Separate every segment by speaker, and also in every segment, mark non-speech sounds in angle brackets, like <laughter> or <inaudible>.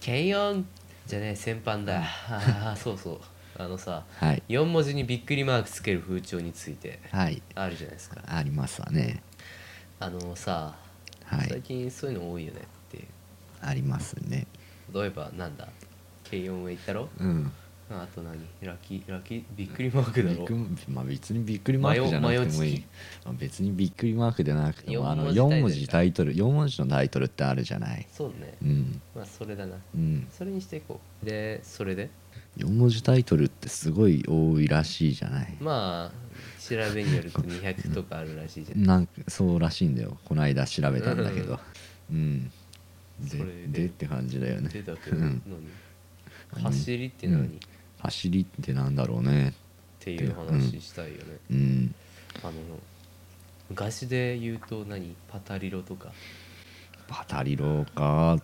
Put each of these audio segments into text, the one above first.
Speaker 1: ケンヨンじゃねえ先般だあーそうそうあのさ
Speaker 2: はい
Speaker 1: 4文字にびっくりマークつける風潮について
Speaker 2: はい
Speaker 1: あるじゃないですか
Speaker 2: ありますわね
Speaker 1: あのさ、
Speaker 2: は
Speaker 1: 最
Speaker 2: い
Speaker 1: 近そういうの多いよねっていう
Speaker 2: ありますね
Speaker 1: 例えばなんだ軽音へ行ったろ
Speaker 2: うん
Speaker 1: ああと何ラキラキびっくりマークだ
Speaker 2: び
Speaker 1: ろ
Speaker 2: っくりまあ別にびっくりマークじゃなくても
Speaker 1: 迷
Speaker 2: い
Speaker 1: う迷う
Speaker 2: い、まあ、別にびっくりマークでなくてもあの
Speaker 1: 四
Speaker 2: 4
Speaker 1: 文
Speaker 2: 文
Speaker 1: 字
Speaker 2: 字
Speaker 1: タ
Speaker 2: タイトル4文字のタイトルってあるじゃない
Speaker 1: そうね
Speaker 2: うん
Speaker 1: まあそれだな
Speaker 2: うん
Speaker 1: それにしていこうでそれで
Speaker 2: 4文字タイトルってすごい多いらしいじゃない
Speaker 1: まあ調べによると200とかあるらしいじゃん
Speaker 2: なんかそうらしいんだよこの間調べたんだけどうん
Speaker 1: それで
Speaker 2: ででって感じだよね
Speaker 1: 出たけど
Speaker 2: う
Speaker 1: 何
Speaker 2: ん
Speaker 1: 走りって何、
Speaker 2: うん
Speaker 1: っ
Speaker 2: 走りってなんだろうね
Speaker 1: ていう話したいよね、
Speaker 2: うん
Speaker 1: あの昔で言うと何パタリロとか
Speaker 2: パタリロか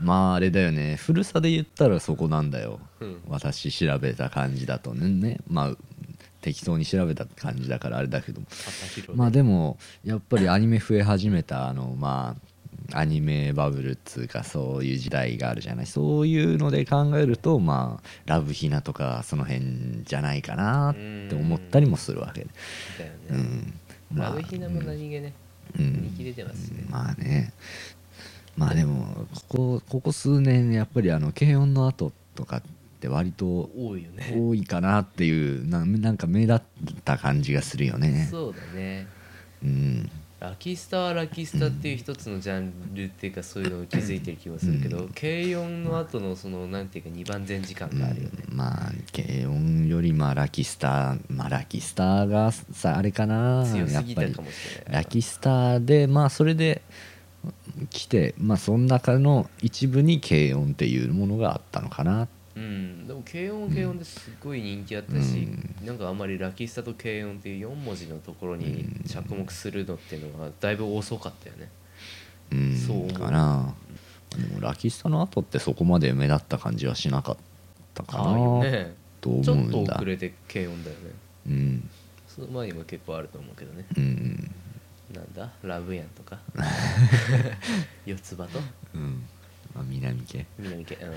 Speaker 2: まああれだよね古さで言ったらそこなんだよ
Speaker 1: うん
Speaker 2: 私調べた感じだとねねまあ適当に調べた感じだからあれだけども
Speaker 1: パタリロね
Speaker 2: まあでもやっぱりアニメ増え始めたあのまあアニメバブルっつうかそういう時代があるじゃないそういうので考えるとまあラブヒナとかその辺じゃないかなって思ったりもするわけで
Speaker 1: だよね、
Speaker 2: うんまあ
Speaker 1: ラブヒナも何気ね、
Speaker 2: うん
Speaker 1: 見切れてますね、
Speaker 2: まあねまあでもここここ数年やっぱりあの軽音の後とかって割と
Speaker 1: 多いよね
Speaker 2: 多いかなっていうななんか目立った感じがするよね
Speaker 1: そうだね
Speaker 2: うん
Speaker 1: ラキスタはラキスタっていう一つのジャンルっていうかそういうのを築いてる気もするけど、軽音の後のそのなんていうか2番前時間があるよね、
Speaker 2: まあ軽音よりまあラキスターまあラキスターがさあれかな
Speaker 1: 強
Speaker 2: や
Speaker 1: す
Speaker 2: っ
Speaker 1: ぎ
Speaker 2: ぱ
Speaker 1: た
Speaker 2: り
Speaker 1: かもしれない
Speaker 2: ラキスターでまあそれで来てまあその中の一部に軽音っていうものがあったのかな
Speaker 1: うんでも軽音は軽音ですごい人気あったし、なんかあんまりラキスタと軽音っていう4文字のところに着目するのっていうのはだいぶ遅かったよね
Speaker 2: うん
Speaker 1: そう思う
Speaker 2: かなでもラキスタの後ってそこまで目立った感じはしなかったか
Speaker 1: ああよ
Speaker 2: な、
Speaker 1: ね
Speaker 2: と思
Speaker 1: ち
Speaker 2: う
Speaker 1: ょ
Speaker 2: ん
Speaker 1: っ
Speaker 2: だ
Speaker 1: と遅れて軽音だよね
Speaker 2: うん
Speaker 1: その前にも結構あると思うけどね
Speaker 2: うん
Speaker 1: なんだラブヤンと
Speaker 2: <laughs>
Speaker 1: か四つ葉と
Speaker 2: うん、まあ、南系
Speaker 1: 南家うん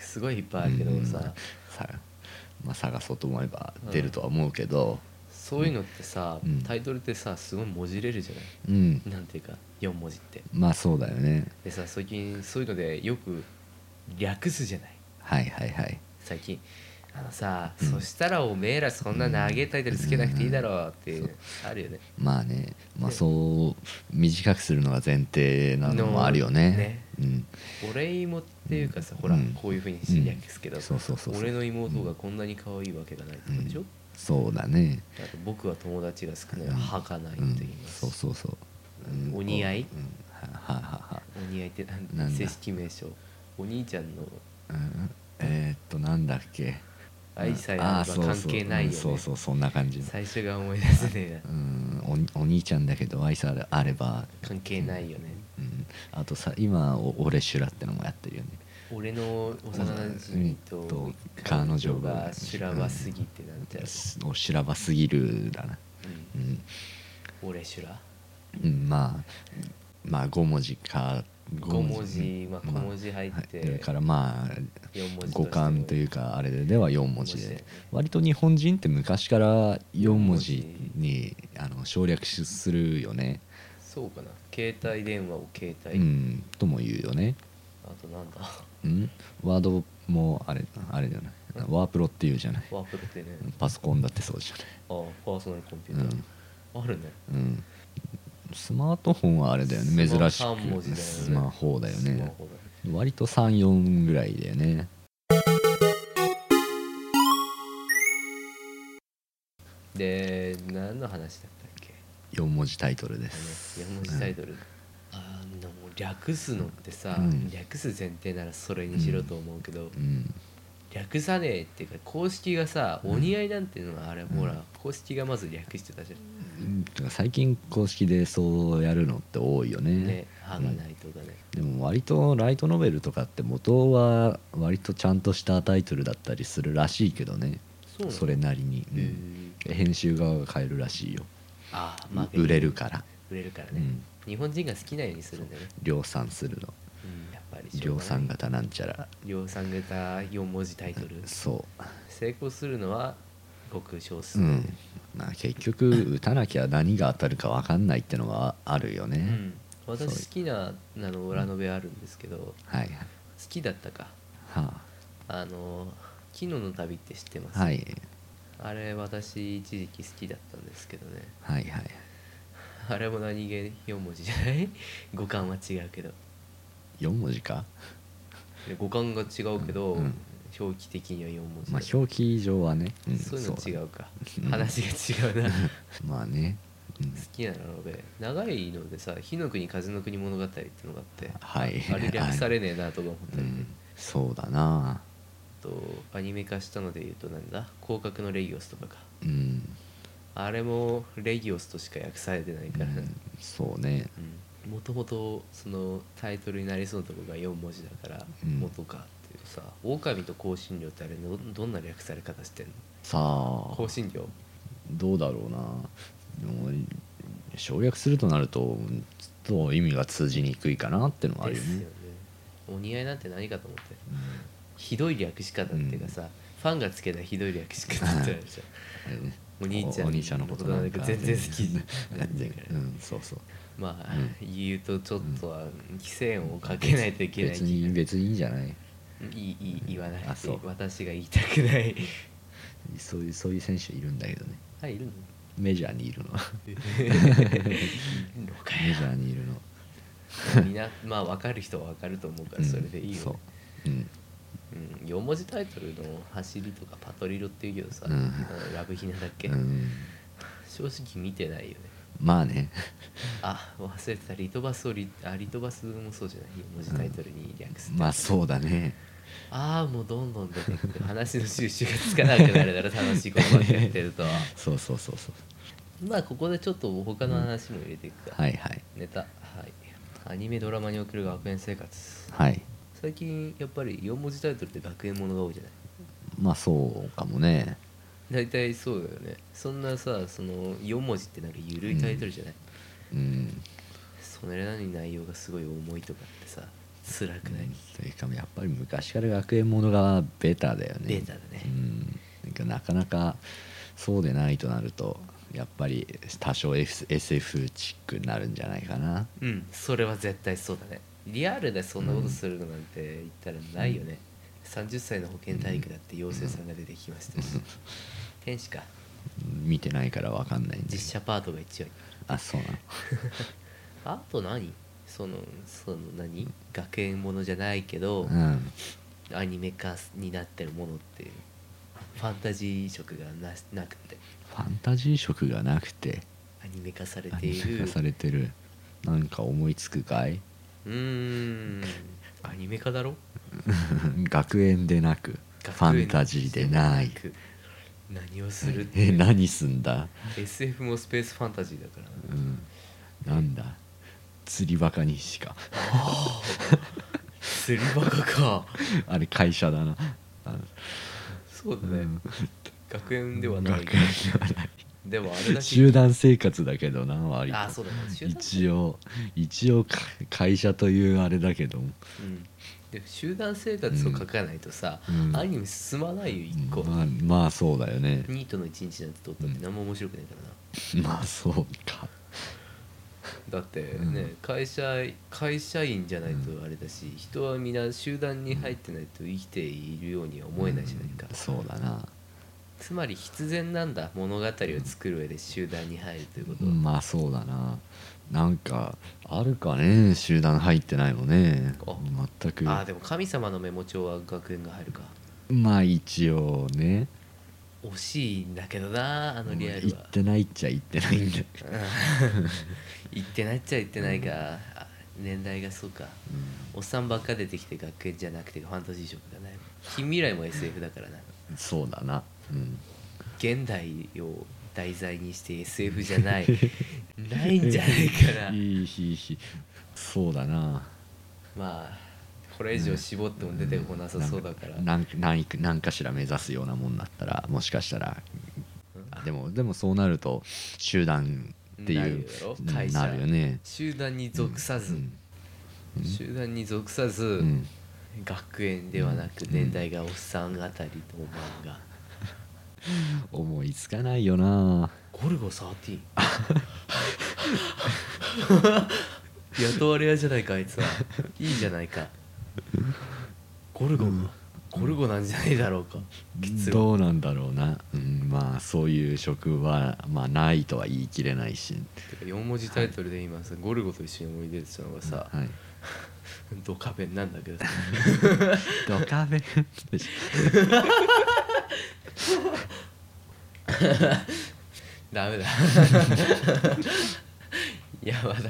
Speaker 1: すごいいっぱいあるけど
Speaker 2: うん
Speaker 1: さ、
Speaker 2: さまあ、探そうと思えば出るとは思うけど
Speaker 1: そういうのってさ、
Speaker 2: うん
Speaker 1: タイトルってさすごいもじれるじゃない
Speaker 2: うん、
Speaker 1: なんていうか4文字って
Speaker 2: まあそうだよね
Speaker 1: でさ最近そういうのでよく略すじゃない
Speaker 2: はいはいはい
Speaker 1: 最近あのさ、そしたらおめえらそんな投げタイトルつけなくていいだろうっていう、あるよね
Speaker 2: まあね、まあ、
Speaker 1: ね
Speaker 2: そう短くするのが前提なのもあるよねうん、
Speaker 1: 俺芋っていうかさ、ほら
Speaker 2: うん
Speaker 1: こういうふうにして略すけど、
Speaker 2: そうそうそうそう
Speaker 1: 俺の妹がこんなに可愛いわけがないってことでしょ、
Speaker 2: そうだね
Speaker 1: あと僕は友達が少ない
Speaker 2: うん
Speaker 1: はかないと
Speaker 2: う
Speaker 1: 言
Speaker 2: ん
Speaker 1: います、
Speaker 2: そうそうそう、うん
Speaker 1: お似合い
Speaker 2: うん、ははは
Speaker 1: お似合いってなん
Speaker 2: なんだ
Speaker 1: 正式名称お兄ちゃんの
Speaker 2: うんえーっとなんだっけ
Speaker 1: 愛さえ
Speaker 2: あ
Speaker 1: あ
Speaker 2: ー
Speaker 1: れ
Speaker 2: そう
Speaker 1: ば
Speaker 2: そう
Speaker 1: 関係ないよね
Speaker 2: うんそうそうそんな感じの
Speaker 1: 最初が思い出せねえな
Speaker 2: うんおにお兄ちゃんだけど愛さえあれば、
Speaker 1: 関係ないよね、
Speaker 2: うん、あとさ今お俺修羅ってのもやってるよね
Speaker 1: 俺の幼馴染と
Speaker 2: 彼女が
Speaker 1: 修羅場すぎてなんちゃう、
Speaker 2: お修羅場すぎるだな
Speaker 1: う
Speaker 2: うん、
Speaker 1: ん、俺修羅
Speaker 2: うん、まあまあ5文字か
Speaker 1: 5文字まあ小文
Speaker 2: 字
Speaker 1: 字入っ
Speaker 2: だ
Speaker 1: て
Speaker 2: からまあ
Speaker 1: 4文字
Speaker 2: 五感といううかあれでは4文字
Speaker 1: 四文字だよ
Speaker 2: で
Speaker 1: ね
Speaker 2: 割と日本人って昔から4文字
Speaker 1: 四文
Speaker 2: にあの省略しするよね、
Speaker 1: そうかな携帯電話を携帯、
Speaker 2: うん、とも言うよね
Speaker 1: あとなんだ <laughs>
Speaker 2: うん、ワードもあれあれじゃないワープロっていうじゃない
Speaker 1: ワープロってね
Speaker 2: パソコンだってそうじゃ
Speaker 1: あパーソナルコンピューター、あるね
Speaker 2: ない、うん、スマートフォンはあれだよね
Speaker 1: スマ
Speaker 2: 珍し
Speaker 1: 三文字だよ
Speaker 2: く
Speaker 1: ね
Speaker 2: スマホだよ
Speaker 1: スマ
Speaker 2: ね
Speaker 1: ホだね
Speaker 2: 割と34ぐらいだよね
Speaker 1: で何の話だったっけ
Speaker 2: 4文字タイトルで
Speaker 1: あ
Speaker 2: す
Speaker 1: の4文字タイトル、あのもう略すのってさ、
Speaker 2: うん
Speaker 1: 略す前提ならそれにしろと思うけど、
Speaker 2: うん
Speaker 1: 略さねえっていうか公式がさ、お似合いなんていうのはあれ、ほら公式がまず略してたじゃん、
Speaker 2: うんてか最近公式でそうやるのって多いよね
Speaker 1: ね歯がないとかね、
Speaker 2: でも割とライトノベルとかって元は割とちゃんとしたタイトルだったりするらしいけどね
Speaker 1: そうなの
Speaker 2: それなりに、うん編集側が変えるらしいよ
Speaker 1: ああまあ
Speaker 2: 売れるから
Speaker 1: 売れるから
Speaker 2: う
Speaker 1: ね
Speaker 2: ん、
Speaker 1: 日本人が好きなようにするんだよね、
Speaker 2: 量産するの
Speaker 1: うんやっぱりりしょう
Speaker 2: 量
Speaker 1: がない
Speaker 2: 産型なんちゃら
Speaker 1: 量産型4文字タイトル
Speaker 2: そ
Speaker 1: 成功するのはごく少数
Speaker 2: う、うんまあ、
Speaker 1: <laughs>
Speaker 2: 結局打たなきゃ何が当たるか分かんないってのはあるよね、
Speaker 1: うん
Speaker 2: そう
Speaker 1: 私好きなあの裏のベあるんですけど好
Speaker 2: はい
Speaker 1: きだったか
Speaker 2: は
Speaker 1: あの「昨日の旅」って知ってます、
Speaker 2: あ、はい
Speaker 1: あれ私一時期好きだったんですけどね
Speaker 2: はいはい
Speaker 1: あれも何気4文字じゃない <laughs> 五感は違うけど
Speaker 2: 4文字か
Speaker 1: で五感が違うけど、
Speaker 2: うん
Speaker 1: 表記的には4文字だ
Speaker 2: まあ表記上はね、ん
Speaker 1: そういうの違うか
Speaker 2: うん
Speaker 1: 話が違うな好
Speaker 2: そうまあね、うん
Speaker 1: きなので長いのでさ「火の国風の国物語」ってのがあって
Speaker 2: はい
Speaker 1: あれ略されねえなとか思った
Speaker 2: <laughs> う
Speaker 1: りね、
Speaker 2: ん、そうだな
Speaker 1: あとアニメ化したので言うとなんだ「広角のレギオス」とかか
Speaker 2: うん、
Speaker 1: あれもレギオスとしか訳されてないから、
Speaker 2: うんそうね
Speaker 1: もともとそのタイトルになりそうなとこが4文字だから
Speaker 2: うん
Speaker 1: 元かっていうさ「狼と香辛料」ってあれどどんな略され方してんの
Speaker 2: さあ
Speaker 1: 香辛料
Speaker 2: どうだろうなでも省略するとなるとちょっと意味が通じにくいかなってのはある
Speaker 1: で
Speaker 2: よ
Speaker 1: す
Speaker 2: ね
Speaker 1: よねお似合いなんて何かと思ってひどい略し方っていうかさ、ファンがつけたひどい略し方ってある
Speaker 2: <laughs>
Speaker 1: じゃん
Speaker 2: あれね
Speaker 1: お兄ちゃん
Speaker 2: お兄ちゃんのことなんか
Speaker 1: 全然好きじゃない
Speaker 2: 全然うんそうそう
Speaker 1: まあ、言うとちょっとは規制音をかけないといけない
Speaker 2: 別に別にいいんじゃない
Speaker 1: いいいい言わな
Speaker 2: あ
Speaker 1: く
Speaker 2: そう
Speaker 1: て私が言いたくない
Speaker 2: <laughs> そういうそういう選手いるんだけどね
Speaker 1: あいる
Speaker 2: <laughs>
Speaker 1: の
Speaker 2: メジャーにいるの
Speaker 1: いるのか
Speaker 2: メジ
Speaker 1: よ
Speaker 2: ャーにいるの
Speaker 1: みんな <laughs> まあ分かる人は分かると思う
Speaker 2: <laughs>
Speaker 1: からそれでいいよ、
Speaker 2: うん、そううん
Speaker 1: うん、4文字タイトルの「走り」とか「パトリロ」っていうけどさ「
Speaker 2: うん
Speaker 1: あのラブヒナ」だっけ、
Speaker 2: うん
Speaker 1: 正直見てないよね
Speaker 2: まあ <laughs> ね
Speaker 1: あ忘れてたリトバスをリあリトバスもそうじゃない4文字タイトルに略すって、
Speaker 2: まあそうだね
Speaker 1: ああもうどんどん出てくる話の収集がつかなくなるから楽しいことばっかやってる
Speaker 2: <laughs>
Speaker 1: と
Speaker 2: そうそうそうそう
Speaker 1: まあここでちょっと他の話も入れていくか、
Speaker 2: はいはい
Speaker 1: ネタはいアニメドラマに送る学園生活
Speaker 2: はい
Speaker 1: 最近やっぱり4文字タイトルって学園ものが多いじゃない
Speaker 2: まあそうかもね
Speaker 1: 大体そうだよねそんなさその4文字ってなんか緩いタイトルじゃない、
Speaker 2: うん
Speaker 1: それなのに内容がすごい重いとかってさ辛くない、
Speaker 2: というかやっぱり昔から学園ものがベタだよね
Speaker 1: ベタだね
Speaker 2: うんなんかなかなかそうでないとなるとやっぱり多少 S- SF チックになるんじゃないかな
Speaker 1: うんそれは絶対そうだねリアルでそんなことするのなんて言ったらないよね、30歳の保健体育だって妖精さんが出てきましたし、天使か
Speaker 2: 見てないから分かんないんで
Speaker 1: 実写パートが一応
Speaker 2: あそうなの
Speaker 1: あと何そのその何学園ものじゃないけど、
Speaker 2: うん
Speaker 1: アニメ化になってるものってファンタジー色がなしなくて
Speaker 2: ファンタジー色がなくて
Speaker 1: アニメ化され
Speaker 2: ア
Speaker 1: てい
Speaker 2: ニメ
Speaker 1: る
Speaker 2: 化されてるなんか思いつくかいう <laughs>
Speaker 1: ーんアニメ化だろ
Speaker 2: 学園でなくファンタジーでない
Speaker 1: 学園でなく何をするって
Speaker 2: え何すんだ、
Speaker 1: SF もスペースファンタジーだからな
Speaker 2: うん、なんだ釣りバカにしか <laughs>
Speaker 1: 釣りバカか
Speaker 2: あれ会社だなあの
Speaker 1: そうだね、学園では
Speaker 2: 学
Speaker 1: な
Speaker 2: 園
Speaker 1: い
Speaker 2: ではない
Speaker 1: でもあれだけ
Speaker 2: 集団生活だけどな割と
Speaker 1: あそうだね集団
Speaker 2: 一応一応か会社というあれだけども
Speaker 1: うんで集団生活を書かないとさ、
Speaker 2: うん
Speaker 1: アニメ進まないよ一個、
Speaker 2: まあまあそうだよね
Speaker 1: ニートの一日なんて撮ったって何も面白くないからな、
Speaker 2: まあそうか
Speaker 1: だってね、
Speaker 2: うん
Speaker 1: 会社会社員じゃないとあれだし、人は皆集団に入ってないと生きているようには思えないじゃないか、
Speaker 2: うんそうだな
Speaker 1: つまり必然なんだ物語を作る上で集団に入るということは、
Speaker 2: まあそうだななんかあるかね集団入ってないのね
Speaker 1: あ
Speaker 2: 全く
Speaker 1: ああでも神様のメモ帳は学園が入るか
Speaker 2: まあ一応ね
Speaker 1: 惜しいんだけどなあのリアル
Speaker 2: 行
Speaker 1: は <laughs>
Speaker 2: っ、てないっちゃ行ってないんだけど、
Speaker 1: 言ってないっちゃ言ってないか、あ年代がそうかおっさんばっか出てきて学園じゃなくてファンタジー色がない近未来も SF だからな
Speaker 2: そうだなうん
Speaker 1: 現代を題材にして SF じゃないないんじゃないかない
Speaker 2: <laughs> いひいひそうだな
Speaker 1: まあこれ以上絞っても出てこなさそうだから
Speaker 2: なんかなんかなんかしら目指すようなもんだったらもしかしたらあでもでもそうなると集団っていう
Speaker 1: なるよ会社
Speaker 2: なるよね
Speaker 1: 集団に属さず、
Speaker 2: うん
Speaker 1: 集団に属さず、
Speaker 2: うん
Speaker 1: 学園ではなく年代がおっさんあたりの漫画
Speaker 2: 思いつかないよな
Speaker 1: 「ゴルゴ13」雇われ屋じゃないかあいつはいいじゃないかゴルゴか、ゴルゴなんじゃないだろうか結論
Speaker 2: どうなんだろうな、うん、まあそういう職は、まあ、ないとは言い切れないして
Speaker 1: か4文字タイトルで今さ、ゴルゴと一緒に思い出てたのがさ
Speaker 2: はい、
Speaker 1: 「ドカベン」なんだ
Speaker 2: <laughs>
Speaker 1: けどさ
Speaker 2: ドカベン
Speaker 1: ダ
Speaker 2: <laughs>
Speaker 1: メだ山田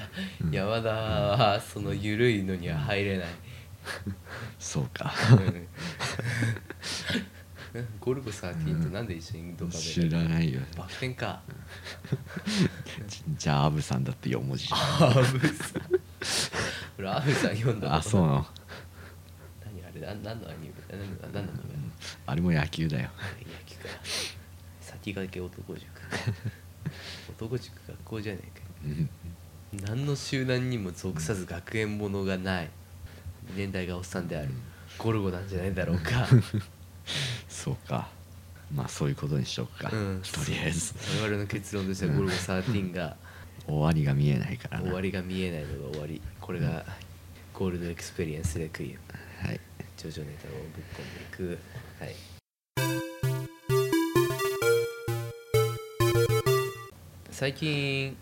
Speaker 1: 山田はその緩いのには入れない、
Speaker 2: <laughs> そうか
Speaker 1: うん <laughs> ゴルゴ13となんで一緒にドカベ
Speaker 2: 知
Speaker 1: ン
Speaker 2: らないよ
Speaker 1: バク転か
Speaker 2: じじゃあアブさんだって4文字じゃん
Speaker 1: アブさん俺アブさん読んだこと
Speaker 2: あそうなの
Speaker 1: 何あれな何のアニメ何の何の漫
Speaker 2: あれも野球だよ
Speaker 1: 画野球か先駆け男塾男塾学校じゃねえか
Speaker 2: うん
Speaker 1: 何の集団にも属さず学園ものがない年代がおっさんであるゴルゴなんじゃないだろうか
Speaker 2: そうかまあそういうことにしとくか、
Speaker 1: うん
Speaker 2: とりあえず
Speaker 1: 我々の結論としてはゴルゴ13が
Speaker 2: 終わりが見えないからな
Speaker 1: 終わりが見えないのが終わりこれがゴールドエクスペリエンスレクイエム
Speaker 2: はい
Speaker 1: 徐々ネタをぶっ込んでいくはい最近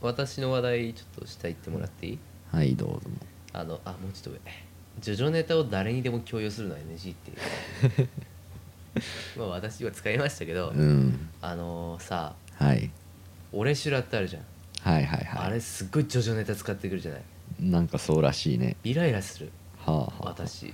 Speaker 1: 私の話題ちょっと下行ってもらっていい
Speaker 2: はいどうぞ
Speaker 1: あのあもうちょっと上ジョジョネタを誰にでも共有するのは NG っていう
Speaker 2: <laughs>
Speaker 1: まあ私は使いましたけど、
Speaker 2: うん
Speaker 1: あのさ
Speaker 2: はい
Speaker 1: 「俺修羅」ってあるじゃん、
Speaker 2: はいはいはい
Speaker 1: あれすっごいジョジョネタ使ってくるじゃない
Speaker 2: なんかそうらしいね
Speaker 1: イライラする
Speaker 2: はあはあ
Speaker 1: 私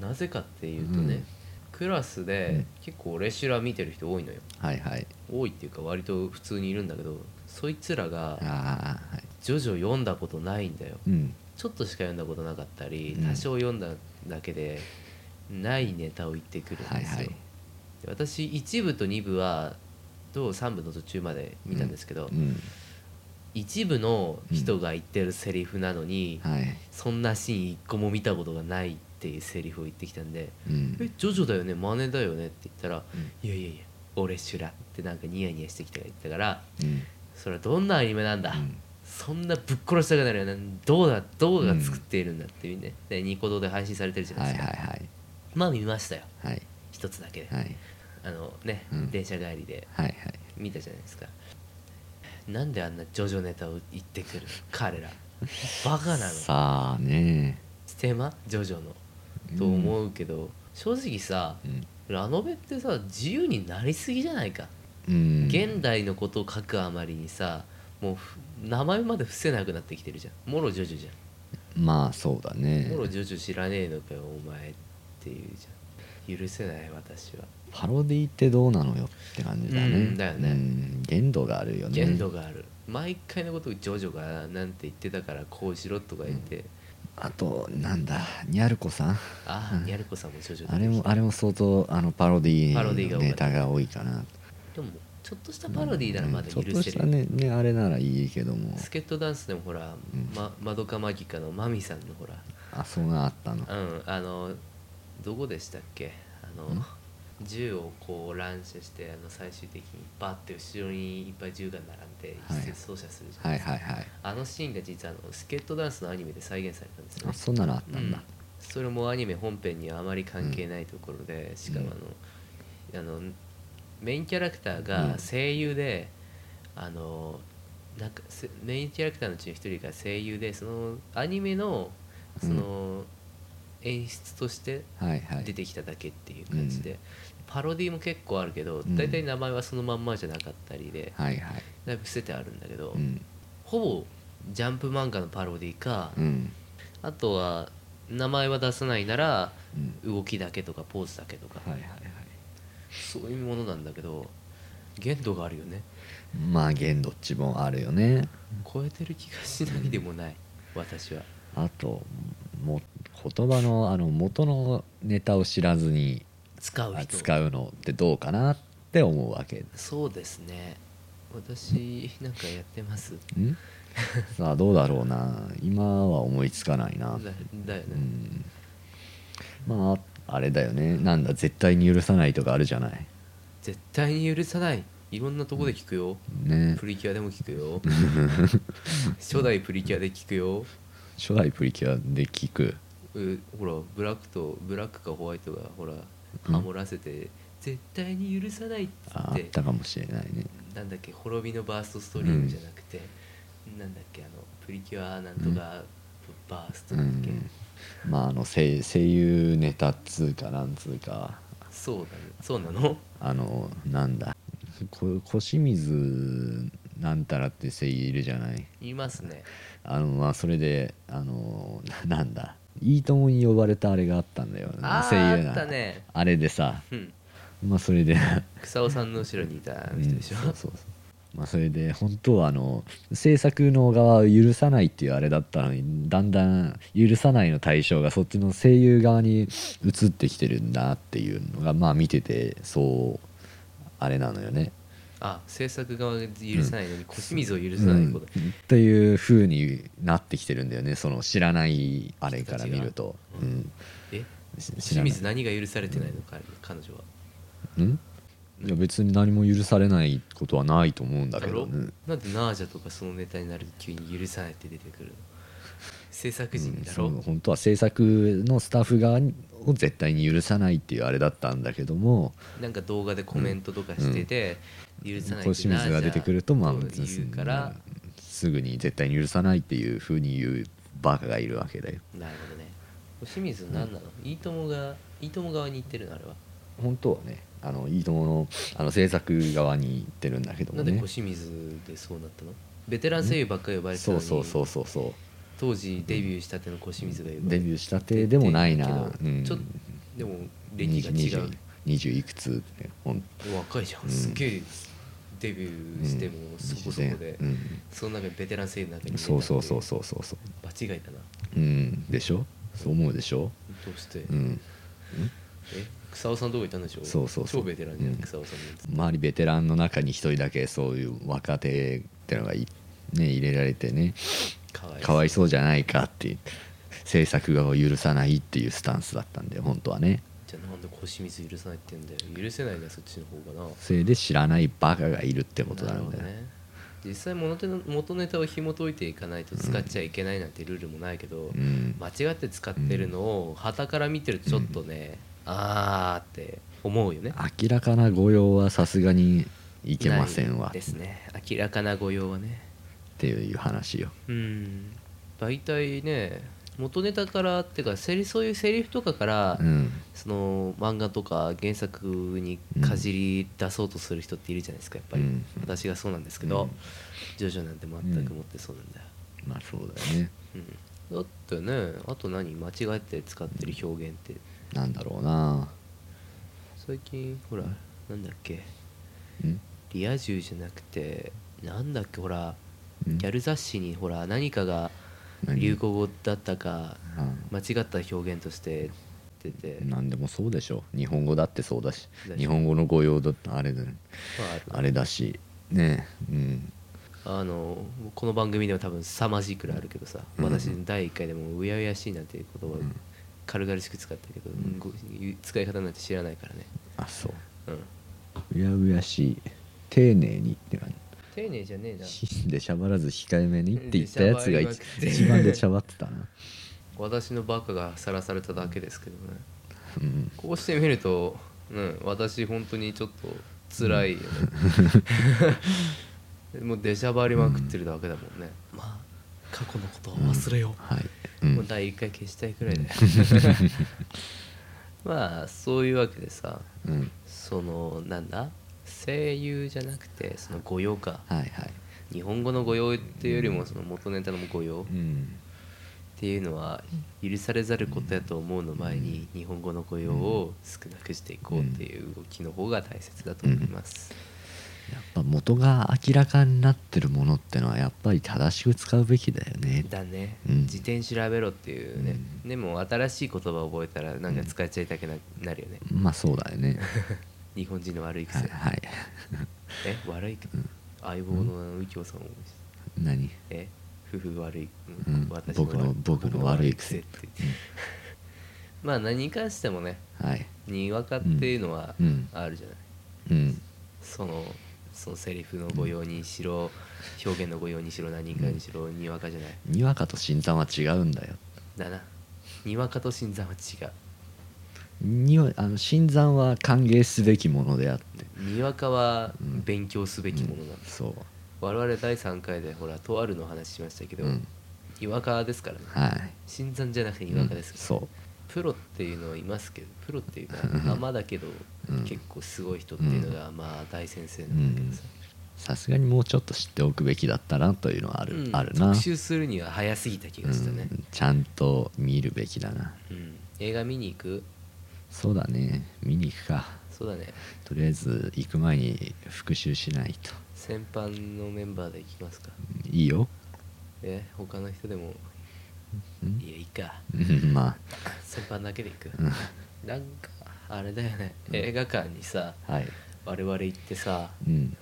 Speaker 1: なぜかっていうとね、
Speaker 2: うん
Speaker 1: クラス
Speaker 2: う
Speaker 1: で
Speaker 2: ん
Speaker 1: 結構俺修羅見てる人多いのよ
Speaker 2: はいはい
Speaker 1: 多いっていうか割と普通にいるんだけどそいつらが
Speaker 2: ああはい
Speaker 1: ジョジョ読んだことないんだよ
Speaker 2: うん
Speaker 1: ちょっとしか読んだことなかったり
Speaker 2: うん
Speaker 1: 多少読んだだけでないネタを言ってくるんですよ、
Speaker 2: はいはい
Speaker 1: で私1部と2部はと3部の途中まで見たんですけど、
Speaker 2: うん
Speaker 1: 一部の人が言ってるセリフなのに、
Speaker 2: はい
Speaker 1: そんなシーン一個も見たことがないっていうセリフを言ってきたんで「
Speaker 2: う
Speaker 1: え
Speaker 2: ん
Speaker 1: ジョジョだよね真似だよね」って言ったら「
Speaker 2: うん
Speaker 1: いやいやいや俺修羅」ってなんかニヤニヤしてきたから言ったから
Speaker 2: うん
Speaker 1: それはどんなアニメなんだ、
Speaker 2: うん
Speaker 1: そんなぶっ殺したくなるよねどうだどうが作っているんだっていうね、でニコ動で配信されてるじゃない
Speaker 2: は
Speaker 1: で
Speaker 2: い
Speaker 1: す
Speaker 2: はい
Speaker 1: か、
Speaker 2: はい
Speaker 1: まあ見ましたよ
Speaker 2: はい
Speaker 1: 一つだけで、
Speaker 2: はい
Speaker 1: あのね、
Speaker 2: うん
Speaker 1: 電車帰りで
Speaker 2: はいはい
Speaker 1: 見たじゃないですかなんであんなジョジョネタを言ってくる彼らバカなのス
Speaker 2: さあね
Speaker 1: テマジョジョの
Speaker 2: うん
Speaker 1: と思うけど、正直さ
Speaker 2: うん
Speaker 1: ラノベってさ自由になりすぎじゃないか、
Speaker 2: うん
Speaker 1: 現代のことを書くあまりにさもうふ名前まで伏せなくなってきてるじゃんもろジョジョじゃん
Speaker 2: まあそうだね
Speaker 1: もろジョジョ知らねえのかよお前っていうじゃん許せない私は
Speaker 2: パロディってどうなのよって感じだね、
Speaker 1: うんだよね
Speaker 2: うん限度があるよね
Speaker 1: 限度がある、毎回のことをジョジョがなんて言ってたからこうしろとか言って、
Speaker 2: あとなんだニャルコさん
Speaker 1: ああニャルコさんもジョジョ
Speaker 2: あ
Speaker 1: 出
Speaker 2: れ
Speaker 1: てき
Speaker 2: も
Speaker 1: た
Speaker 2: あれも相当あのパロディ
Speaker 1: パロディが
Speaker 2: の
Speaker 1: 多かった
Speaker 2: ネタが多いかな
Speaker 1: でもちょっとしたパロディーならまだ許
Speaker 2: うんちょっと
Speaker 1: せ
Speaker 2: した
Speaker 1: る、
Speaker 2: ねねあれならいいけども
Speaker 1: スケットダンスでもほら、
Speaker 2: うん
Speaker 1: ま、マドカマギカのマミさんのほら
Speaker 2: あそんなあったの
Speaker 1: うんあのどこでしたっけあの
Speaker 2: ん
Speaker 1: 銃をこう乱射してあの最終的にバッて後ろにいっぱい銃が並んで
Speaker 2: はい
Speaker 1: 一斉奏者するじゃん、
Speaker 2: はいはいはい
Speaker 1: あのシーンが実はあのスケットダンスのアニメで再現されたんですよ
Speaker 2: あ
Speaker 1: ね
Speaker 2: そんなのあった
Speaker 1: うんん
Speaker 2: だ、
Speaker 1: それもアニメ本編にはあまり関係ないところで、しかもあのあのメインキャラクター
Speaker 2: うん
Speaker 1: が声優で、あのなんかせメインキャラクターのうちの一人が声優でそのアニメのその、演出として
Speaker 2: はいはい
Speaker 1: 出てきただけっていう感じで、パロディも結構あるけど
Speaker 2: ん
Speaker 1: 大体名前はそのまんまじゃなかったりで、
Speaker 2: はいはい
Speaker 1: だいぶ伏せてあるんだけど、
Speaker 2: うん
Speaker 1: ほぼジャンプ漫画のパロディか、
Speaker 2: うん
Speaker 1: あとは名前は出さないなら
Speaker 2: うん
Speaker 1: 動きだけとかポーズだけとか、
Speaker 2: はいはいはい
Speaker 1: そういうものなんだけど限度があるよね
Speaker 2: まあ限度っちもあるよね
Speaker 1: 超えてる気がしないでもない、私は
Speaker 2: あとも言葉のあの元のネタを知らずに
Speaker 1: 使う人
Speaker 2: 扱うのってどうかなって思うわけ
Speaker 1: <laughs> そうですね私なんかやってます
Speaker 2: んさあどうだろうな今は思いつかないな
Speaker 1: だだよ
Speaker 2: う
Speaker 1: ね、
Speaker 2: んまああれだよねなんだ絶対に許さないとかあるじゃない
Speaker 1: 絶対に許さないいろんなとこで聞くよ、
Speaker 2: ね
Speaker 1: プリキュアでも聞く
Speaker 2: <laughs>
Speaker 1: よ初代プリキュアで聞くよ
Speaker 2: 初代プリキュアで聞く
Speaker 1: うほらブラックとブラックかホワイトがほら
Speaker 2: うん
Speaker 1: ハモらせて、絶対に許さないっつ
Speaker 2: ああ
Speaker 1: っ
Speaker 2: ってたかもしれないね
Speaker 1: なんだっけ滅びのバーストストリームじゃなくて、なんだっけあのプリキュアなんとか、バースト
Speaker 2: う
Speaker 1: だっけ、
Speaker 2: んまああの声声優ネタっつうかなんつうか
Speaker 1: そうだねそうなの
Speaker 2: あのなんだこ小清水なんたらって声優いるじゃない
Speaker 1: いますね
Speaker 2: あのまあそれであのななんだ「いいとも」に呼ばれたあれがあったんだよな
Speaker 1: あ
Speaker 2: 声
Speaker 1: ー
Speaker 2: 優な
Speaker 1: あったね
Speaker 2: あれでさ
Speaker 1: うん
Speaker 2: まあそれで
Speaker 1: 草尾さんの後ろにいた人でしょ、
Speaker 2: うんそうそうそうまあそれで本当はあの制作の側を許さないっていうあれだったのにだんだん許さないの対象がそっちの声優側に移ってきてるんだっていうのがまあ見ててそうあれなのよね。
Speaker 1: あ制作側が許さないのに腰水を許さないこと、
Speaker 2: うんという風になってきてるんだよねその知らないあれから見ると。う
Speaker 1: うん
Speaker 2: ん
Speaker 1: え
Speaker 2: し知
Speaker 1: 清
Speaker 2: らない
Speaker 1: 水何が許されてないのか、彼女は
Speaker 2: うんいや別に何も許されないことはないと思うんだけど、
Speaker 1: ろ
Speaker 2: ね、
Speaker 1: なんでナージャとかそのネタになると急に許さないって出てく
Speaker 2: <laughs>
Speaker 1: るの制作
Speaker 2: う
Speaker 1: 人
Speaker 2: ん
Speaker 1: だ
Speaker 2: そ
Speaker 1: ろ、
Speaker 2: の本当は制作のスタッフ側を絶対に許さないっていうあれだったんだけども
Speaker 1: なんか動画でコメントとかしてて、許さないって
Speaker 2: 小清水が出てくるとまあ
Speaker 1: ナージャと言うから、
Speaker 2: すぐに絶対に許さないっていうふうに言うバカがいるわけだよ
Speaker 1: なるほどね清水何なの、いいともがいいとも側に行ってるのあれは
Speaker 2: 本当はねあのいいとものあの制作側に行ってるんだけど
Speaker 1: な
Speaker 2: も
Speaker 1: んで
Speaker 2: ね
Speaker 1: 小清水でそうなったのベテラン声優ばっかり呼ばれてた
Speaker 2: そ
Speaker 1: の
Speaker 2: う
Speaker 1: に
Speaker 2: そうそうそうそう
Speaker 1: 当時デビューしたての小清水が呼ばれて
Speaker 2: デビューしたてでもないな、
Speaker 1: けど
Speaker 2: うん、
Speaker 1: ちょっとでも歴が違う
Speaker 2: 20 20いくつってほん
Speaker 1: 若いじゃん、
Speaker 2: うん
Speaker 1: すっげえデビューしてもそこそこで、
Speaker 2: うん
Speaker 1: その中にベテラン声優の中に入れたってい
Speaker 2: そうそうそうそうそうそう
Speaker 1: 場違いだな
Speaker 2: うんでしょそう思うでしょ
Speaker 1: どうして、
Speaker 2: うん
Speaker 1: え草尾さんどこ行ったんでしょ
Speaker 2: そうそうそう
Speaker 1: 超ベテランじゃん、
Speaker 2: うん
Speaker 1: 草尾さんのやつ
Speaker 2: 周りベテランの中に一人だけそういう若手ってのがい、ね、入れられてね
Speaker 1: かわい
Speaker 2: かわい
Speaker 1: そ
Speaker 2: そうじゃないかっていう制作側を許さないっていうスタンスだったんで本当はね
Speaker 1: うじゃあなんで腰水許さないって言うんだよ許せないなそっちの方がな
Speaker 2: それで知らないバカがいるってことな
Speaker 1: る
Speaker 2: ん
Speaker 1: ほ
Speaker 2: だ
Speaker 1: ど
Speaker 2: よ、
Speaker 1: ね実際元手の元ネタを紐解いていかないと使っちゃいけないなんてルールもないけど、
Speaker 2: うん
Speaker 1: 間違って使ってるのを旗から見てるとちょっとね、あーって思うよね
Speaker 2: 明らかな誤用はさすがにいけませんわ
Speaker 1: ないで
Speaker 2: っ
Speaker 1: すね明らかな誤用はね
Speaker 2: ていう話よ
Speaker 1: うん大体ね元ネタからっていうかセリそういうセリフとかから、
Speaker 2: うん
Speaker 1: その漫画とか原作にかじり出そうとする人っているじゃないですかやっぱり、
Speaker 2: うん
Speaker 1: 私がそうなんですけど、
Speaker 2: うん
Speaker 1: ジョジョなんて全く持ってそうなんだ、
Speaker 2: まあそうだよね
Speaker 1: うん、だってねあと何間違えて使ってる表現って
Speaker 2: なんだろうな
Speaker 1: 最近ほらなんだっけ
Speaker 2: うん
Speaker 1: リア充じゃなくてなんだっけほら
Speaker 2: うん
Speaker 1: ギャル雑誌にほら何かが
Speaker 2: 何
Speaker 1: 流行語だったか
Speaker 2: うん
Speaker 1: 間違った表現として出てま
Speaker 2: 何でもそうでしょ日本語だってそうだし
Speaker 1: だし
Speaker 2: 日本語の語用だってあれだ、ね、
Speaker 1: あ
Speaker 2: あれだしねえうん
Speaker 1: あのこの番組でも多分凄まじいくらいあるけどさ、
Speaker 2: うん
Speaker 1: 私の第1回でも「うやうやしい」なんていう言葉を
Speaker 2: うん
Speaker 1: 軽々しく使ったけど、
Speaker 2: ん
Speaker 1: ご使い方なんて知らないからね、
Speaker 2: あそう
Speaker 1: うん、
Speaker 2: うやうやしい丁寧にって感
Speaker 1: 丁寧じゃねえな
Speaker 2: じでしゃばらず控えめにって言ったやつが
Speaker 1: でしゃばりま
Speaker 2: 一
Speaker 1: くって
Speaker 2: 一番でしゃばってたな
Speaker 1: 私のバカがさらされただけですけどね
Speaker 2: うん
Speaker 1: こうしてみると、うん、私本当にちょっと辛いよ <laughs> ねもう出しゃばりまくってるだけだもんね、まあ過去のことは忘れよ
Speaker 2: はい、
Speaker 1: う、
Speaker 2: う、
Speaker 1: もうん第1回消したいくらいで <laughs> まあそういうわけでさ
Speaker 2: うん、
Speaker 1: そのなんだ声優じゃなくてその御用か
Speaker 2: はいはい
Speaker 1: 日本語の御用っていうよりもその元ネタの御用
Speaker 2: うん
Speaker 1: っていうのは許されざることやと思うの前に日本語の雇用を少なくしていこうっていう動きの方が大切だと思います。
Speaker 2: やっぱ元が明らかになってるものってのはやっぱり正しく使うべきだよね
Speaker 1: だね、
Speaker 2: うん
Speaker 1: 辞典調べろっていうね、でも新しい言葉を覚えたらなんか使っちゃいたくななるよね、
Speaker 2: まあそうだよ
Speaker 1: <laughs>
Speaker 2: ね
Speaker 1: 日本人の悪い
Speaker 2: は
Speaker 1: 癖 <laughs>
Speaker 2: い、はい
Speaker 1: え悪い癖相棒の右京さんを思い出した
Speaker 2: 何
Speaker 1: え夫婦悪い、
Speaker 2: うん
Speaker 1: 私
Speaker 2: 僕の僕の悪い癖
Speaker 1: ってまあ何に関してもね
Speaker 2: はい
Speaker 1: にわかっていうのは
Speaker 2: うん
Speaker 1: あるじゃない、
Speaker 2: うん
Speaker 1: そのそのセリフの誤用にしろ表現の誤用にしろ何かにしろにわかじゃない
Speaker 2: にわかと新参は違うんだよ
Speaker 1: だなにわかと新参は違う
Speaker 2: にわあの新参は歓迎すべきものであって
Speaker 1: にわかは勉強すべきものなんだ、
Speaker 2: そう
Speaker 1: 我々第3回でほらとあるの話しましたけど、
Speaker 2: うん
Speaker 1: にわかですからね
Speaker 2: はい
Speaker 1: 新参じゃなくてにわかですから、
Speaker 2: そ
Speaker 1: プロっていうのはいますけどプロっていうか
Speaker 2: うん
Speaker 1: アマだけど、
Speaker 2: うん
Speaker 1: 結構すごい人っていうのが、まあ大先生なんだけどさ、
Speaker 2: うさすがにもうちょっと知っておくべきだったなというのはある,、
Speaker 1: うん
Speaker 2: あるな
Speaker 1: 特集するには早すぎた気がしたね
Speaker 2: う、んちゃんと見るべきだな
Speaker 1: うん映画見に行く
Speaker 2: そうだね見に行くか
Speaker 1: そうだね
Speaker 2: とりあえず行く前に復習しないと
Speaker 1: 先般のメンバーで行きますか
Speaker 2: いいよ
Speaker 1: え他の人でも
Speaker 2: うん
Speaker 1: いやいいか
Speaker 2: うんまあ
Speaker 1: 先般だけで行く
Speaker 2: うん
Speaker 1: なんかあれだよね映画館にさ
Speaker 2: はい
Speaker 1: 我々行ってさ
Speaker 2: うん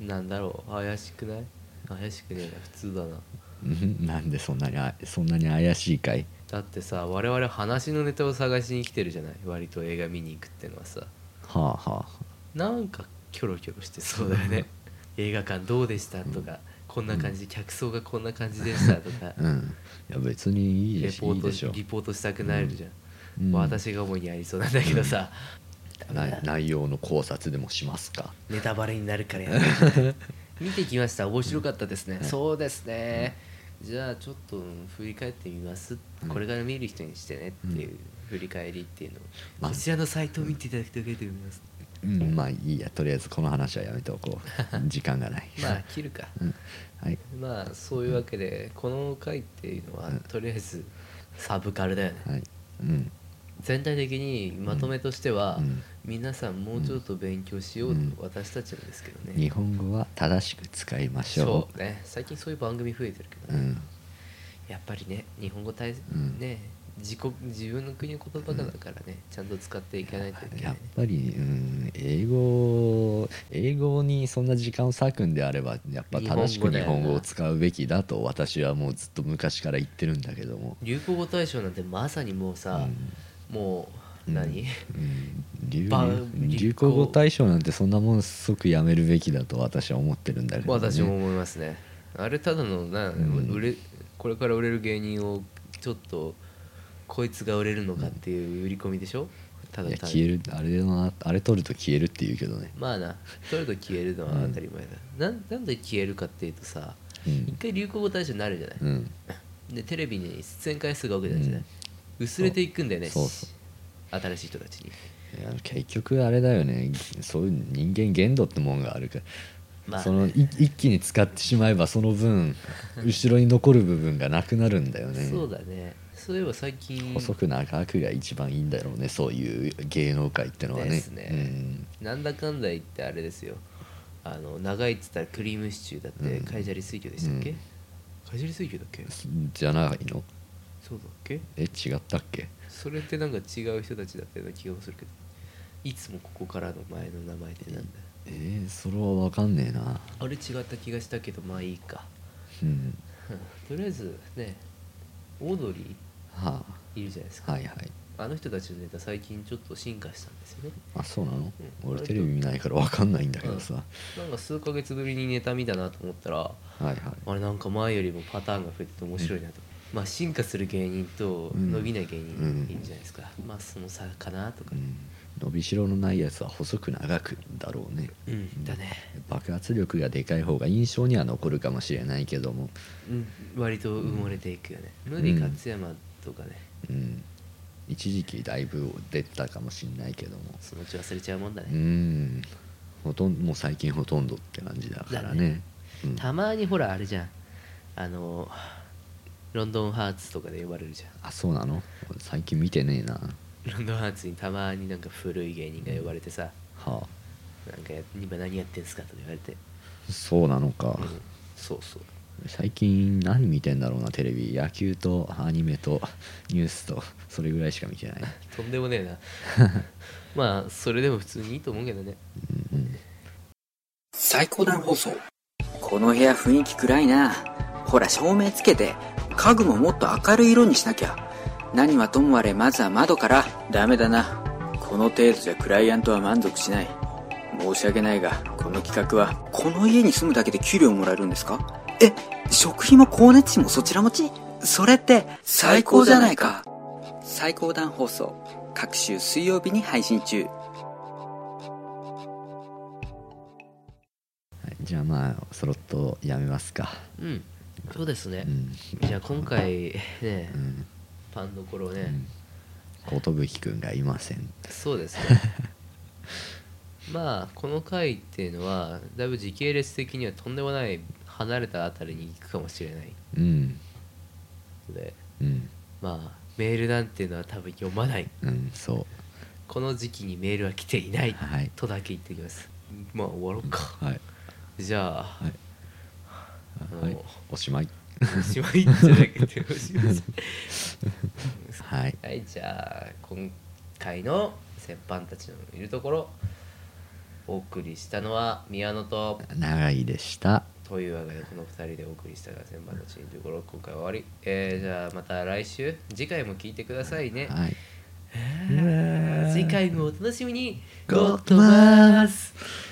Speaker 1: なんだろう怪しくない怪しくねえな普通だな
Speaker 2: うん <laughs> なんでそんなにあそんなに怪しいかい
Speaker 1: だってさ我々話のネタを探しに来てるじゃない割と映画見に行くってのはさ
Speaker 2: はあはあは
Speaker 1: なんかキョロキョロしてそうだよね <laughs> 映画館どうでしたとか、こんな感じ客層がこんな感じでしたとか
Speaker 2: あ、うんいや別にいいで
Speaker 1: レ
Speaker 2: し
Speaker 1: ポ
Speaker 2: いいで
Speaker 1: ー
Speaker 2: し
Speaker 1: ト
Speaker 2: ょ
Speaker 1: リポートしたくなるじゃん、
Speaker 2: うん
Speaker 1: まあ私が主にやりそうなんだけどさ、ダメ
Speaker 2: 内
Speaker 1: だ
Speaker 2: 内容の考察でもしますか
Speaker 1: ネタバレになるからやめ
Speaker 2: <laughs>
Speaker 1: て見てきました面白かったですね、そうですね、じゃあちょっと振り返ってみます、これから見る人にしてねっていう振り返りっていうのを、
Speaker 2: まあ
Speaker 1: こちらのサイトを見ていただくと受けてみます、
Speaker 2: うんまあいいやとりあえずこの話はやめておこ
Speaker 1: <laughs>
Speaker 2: う時間がない
Speaker 1: まあ切るか
Speaker 2: うんはい
Speaker 1: まあそういうわけでこの回っていうのは
Speaker 2: うん
Speaker 1: とりあえずサブカルだよね
Speaker 2: はいうん
Speaker 1: 全体的にまとめとしては、
Speaker 2: うん
Speaker 1: 皆さんもうちょっと勉強しようと
Speaker 2: うん
Speaker 1: 私たちなんですけどね、
Speaker 2: 日本語は正しく使いまし
Speaker 1: そ
Speaker 2: ょ
Speaker 1: うね最近そういう番組増えてるけどね、
Speaker 2: ううん
Speaker 1: やっぱりね日本語大、
Speaker 2: ん
Speaker 1: ね自国自分の国の言葉だからね、ちゃんと使っていかないといけな
Speaker 2: や
Speaker 1: い
Speaker 2: っ
Speaker 1: ね
Speaker 2: ぱり、うん、英語英語にそんな時間を割くんであればやっぱ正しく
Speaker 1: 日
Speaker 2: 日
Speaker 1: 本
Speaker 2: 本
Speaker 1: 語だよな
Speaker 2: 語を使うべきだと私はもうずっと昔から言ってるんだけども、
Speaker 1: 流行語大賞なんてまさにもうさ、もう何、
Speaker 2: うん、流
Speaker 1: ば
Speaker 2: 流行語大賞なんてそんなもん即やめるべきだと私は思ってるんだけど、ね、
Speaker 1: 私も思いますねあれただのな、売れこれから売れる芸人をちょっとこいつが売れるのかっていう売り込みでしょた
Speaker 2: い
Speaker 1: だ
Speaker 2: や
Speaker 1: 単
Speaker 2: 消え
Speaker 1: に
Speaker 2: るあれなあれ取ると消えるって言うけどね、
Speaker 1: まあな取ると消えるのは当たり前だ、なんなんで消えるかっていうとさ
Speaker 2: うん
Speaker 1: 一回流行語大賞になるじゃない、
Speaker 2: うん、
Speaker 1: でテレビに出演回数が多くなるじゃない、薄れていくんだよね
Speaker 2: そうそう
Speaker 1: 新しい人たちに
Speaker 2: いや結局あれだよねそういう人間限度ってもんがあるから、
Speaker 1: まあね
Speaker 2: そのい一気に使ってしまえばその分後ろに残る部分がなくなるんだよね
Speaker 1: そうだねそういえば最近
Speaker 2: 細く長くが一番いいんだろうねそういう芸能界ってのはね
Speaker 1: ですねなんだかんだ言ってあれですよあの長いっつったらクリームシチューだって
Speaker 2: うん
Speaker 1: カイジャリ水魚でしたっけ、
Speaker 2: うん
Speaker 1: カイジャリ水魚だっけ
Speaker 2: うんじゃないの
Speaker 1: そうだっけ
Speaker 2: え違ったっけ
Speaker 1: それってなんか違う人たちだったような気がするけどいつもここからの前の名前でなんだ
Speaker 2: えー、それは分かんねえな
Speaker 1: あれ違った気がしたけどまあいいか <laughs>
Speaker 2: うん
Speaker 1: とりあえずねオードリ
Speaker 2: は
Speaker 1: ーいるじゃないです
Speaker 2: あ
Speaker 1: か、
Speaker 2: はいはい
Speaker 1: あの人たちのネタ最近ちょっと進化したんですよね
Speaker 2: あそうなの、
Speaker 1: うん
Speaker 2: 俺テレビ見ないから分かんないんだけどさ、
Speaker 1: なんか数ヶ月ぶりにネタ見たなと思ったら
Speaker 2: はいはい
Speaker 1: あれなんか前よりもパターンが増えてて面白いなと、まあ進化する芸人と
Speaker 2: うん
Speaker 1: 伸びない芸人
Speaker 2: うん
Speaker 1: いいんじゃないですか、まあその差かなとか
Speaker 2: う、ん伸びしろのないやつは細く長くだろうね
Speaker 1: うんだね、
Speaker 2: 爆発力がでかい方が印象には残るかもしれないけども、
Speaker 1: うん、割と埋もれていくよね無理勝山とかね、
Speaker 2: うん、一時期だいぶ出てたかもしれないけども
Speaker 1: そのうち忘れちゃうもんだね
Speaker 2: う、んほとんどもう最近ほとんどって感じだからねうん
Speaker 1: たまにほらあれじゃんあのロンドンハーツとかで呼ばれるじゃん
Speaker 2: あそうなの俺最近見てねえな
Speaker 1: ロンドンハーツにたまになんか古い芸人が呼ばれてさ
Speaker 2: は
Speaker 1: なんかや今何やってんすかとか言われて
Speaker 2: あそうなのか
Speaker 1: そうそう
Speaker 2: 最近何見てんだろうなテレビ野球とアニメとニュースとそれぐらいしか見てない
Speaker 1: とんでもねえな
Speaker 2: <laughs>
Speaker 1: まあそれでも普通にいいと思うけどね
Speaker 2: うんうん
Speaker 3: 最高段放送この部屋雰囲気暗いなほら照明つけて家具ももっと明るい色にしなきゃ何はともあれまずは窓からダメだなこの程度じゃクライアントは満足しない申し訳ないがこの企画はこの家に住むだけで給料もらえるんですかえ食費も光熱費もそちら持ちそれって最高じゃないか最高段放送各週水曜日に配信中
Speaker 2: はいじゃあまあそろっとやめますか
Speaker 1: うんそうですね
Speaker 2: うん
Speaker 1: じゃあ今回ね
Speaker 2: うん
Speaker 1: パンどころね、
Speaker 2: ん寿くんがいません
Speaker 1: そうです
Speaker 2: <laughs>
Speaker 1: ねまあこの回っていうのはだいぶ時系列的にはとんでもない離れたあたりに行くかもしれない
Speaker 2: うん
Speaker 1: ので
Speaker 2: うん
Speaker 1: まあメールなんていうのは多分読まない
Speaker 2: うんそう
Speaker 1: この時期にメールは来ていない、
Speaker 2: はい
Speaker 1: とだけ言っておきますまあ終わろうか、
Speaker 2: はい
Speaker 1: じゃあ、
Speaker 2: はい
Speaker 1: あの
Speaker 2: はいおしまい
Speaker 1: おしまいじゃなくておしまい
Speaker 2: はい
Speaker 1: <laughs> はいじゃあ今回の折半たちのいるところお送りしたのは宮野と
Speaker 2: 長いでした
Speaker 1: というわけでこの2人でお送りしたが先般のチームということで今回は終わり、えーじゃあまた来週次回も聞いてくださいね、
Speaker 2: はい
Speaker 1: 次回もお楽しみに
Speaker 2: ゴッドマ
Speaker 1: ース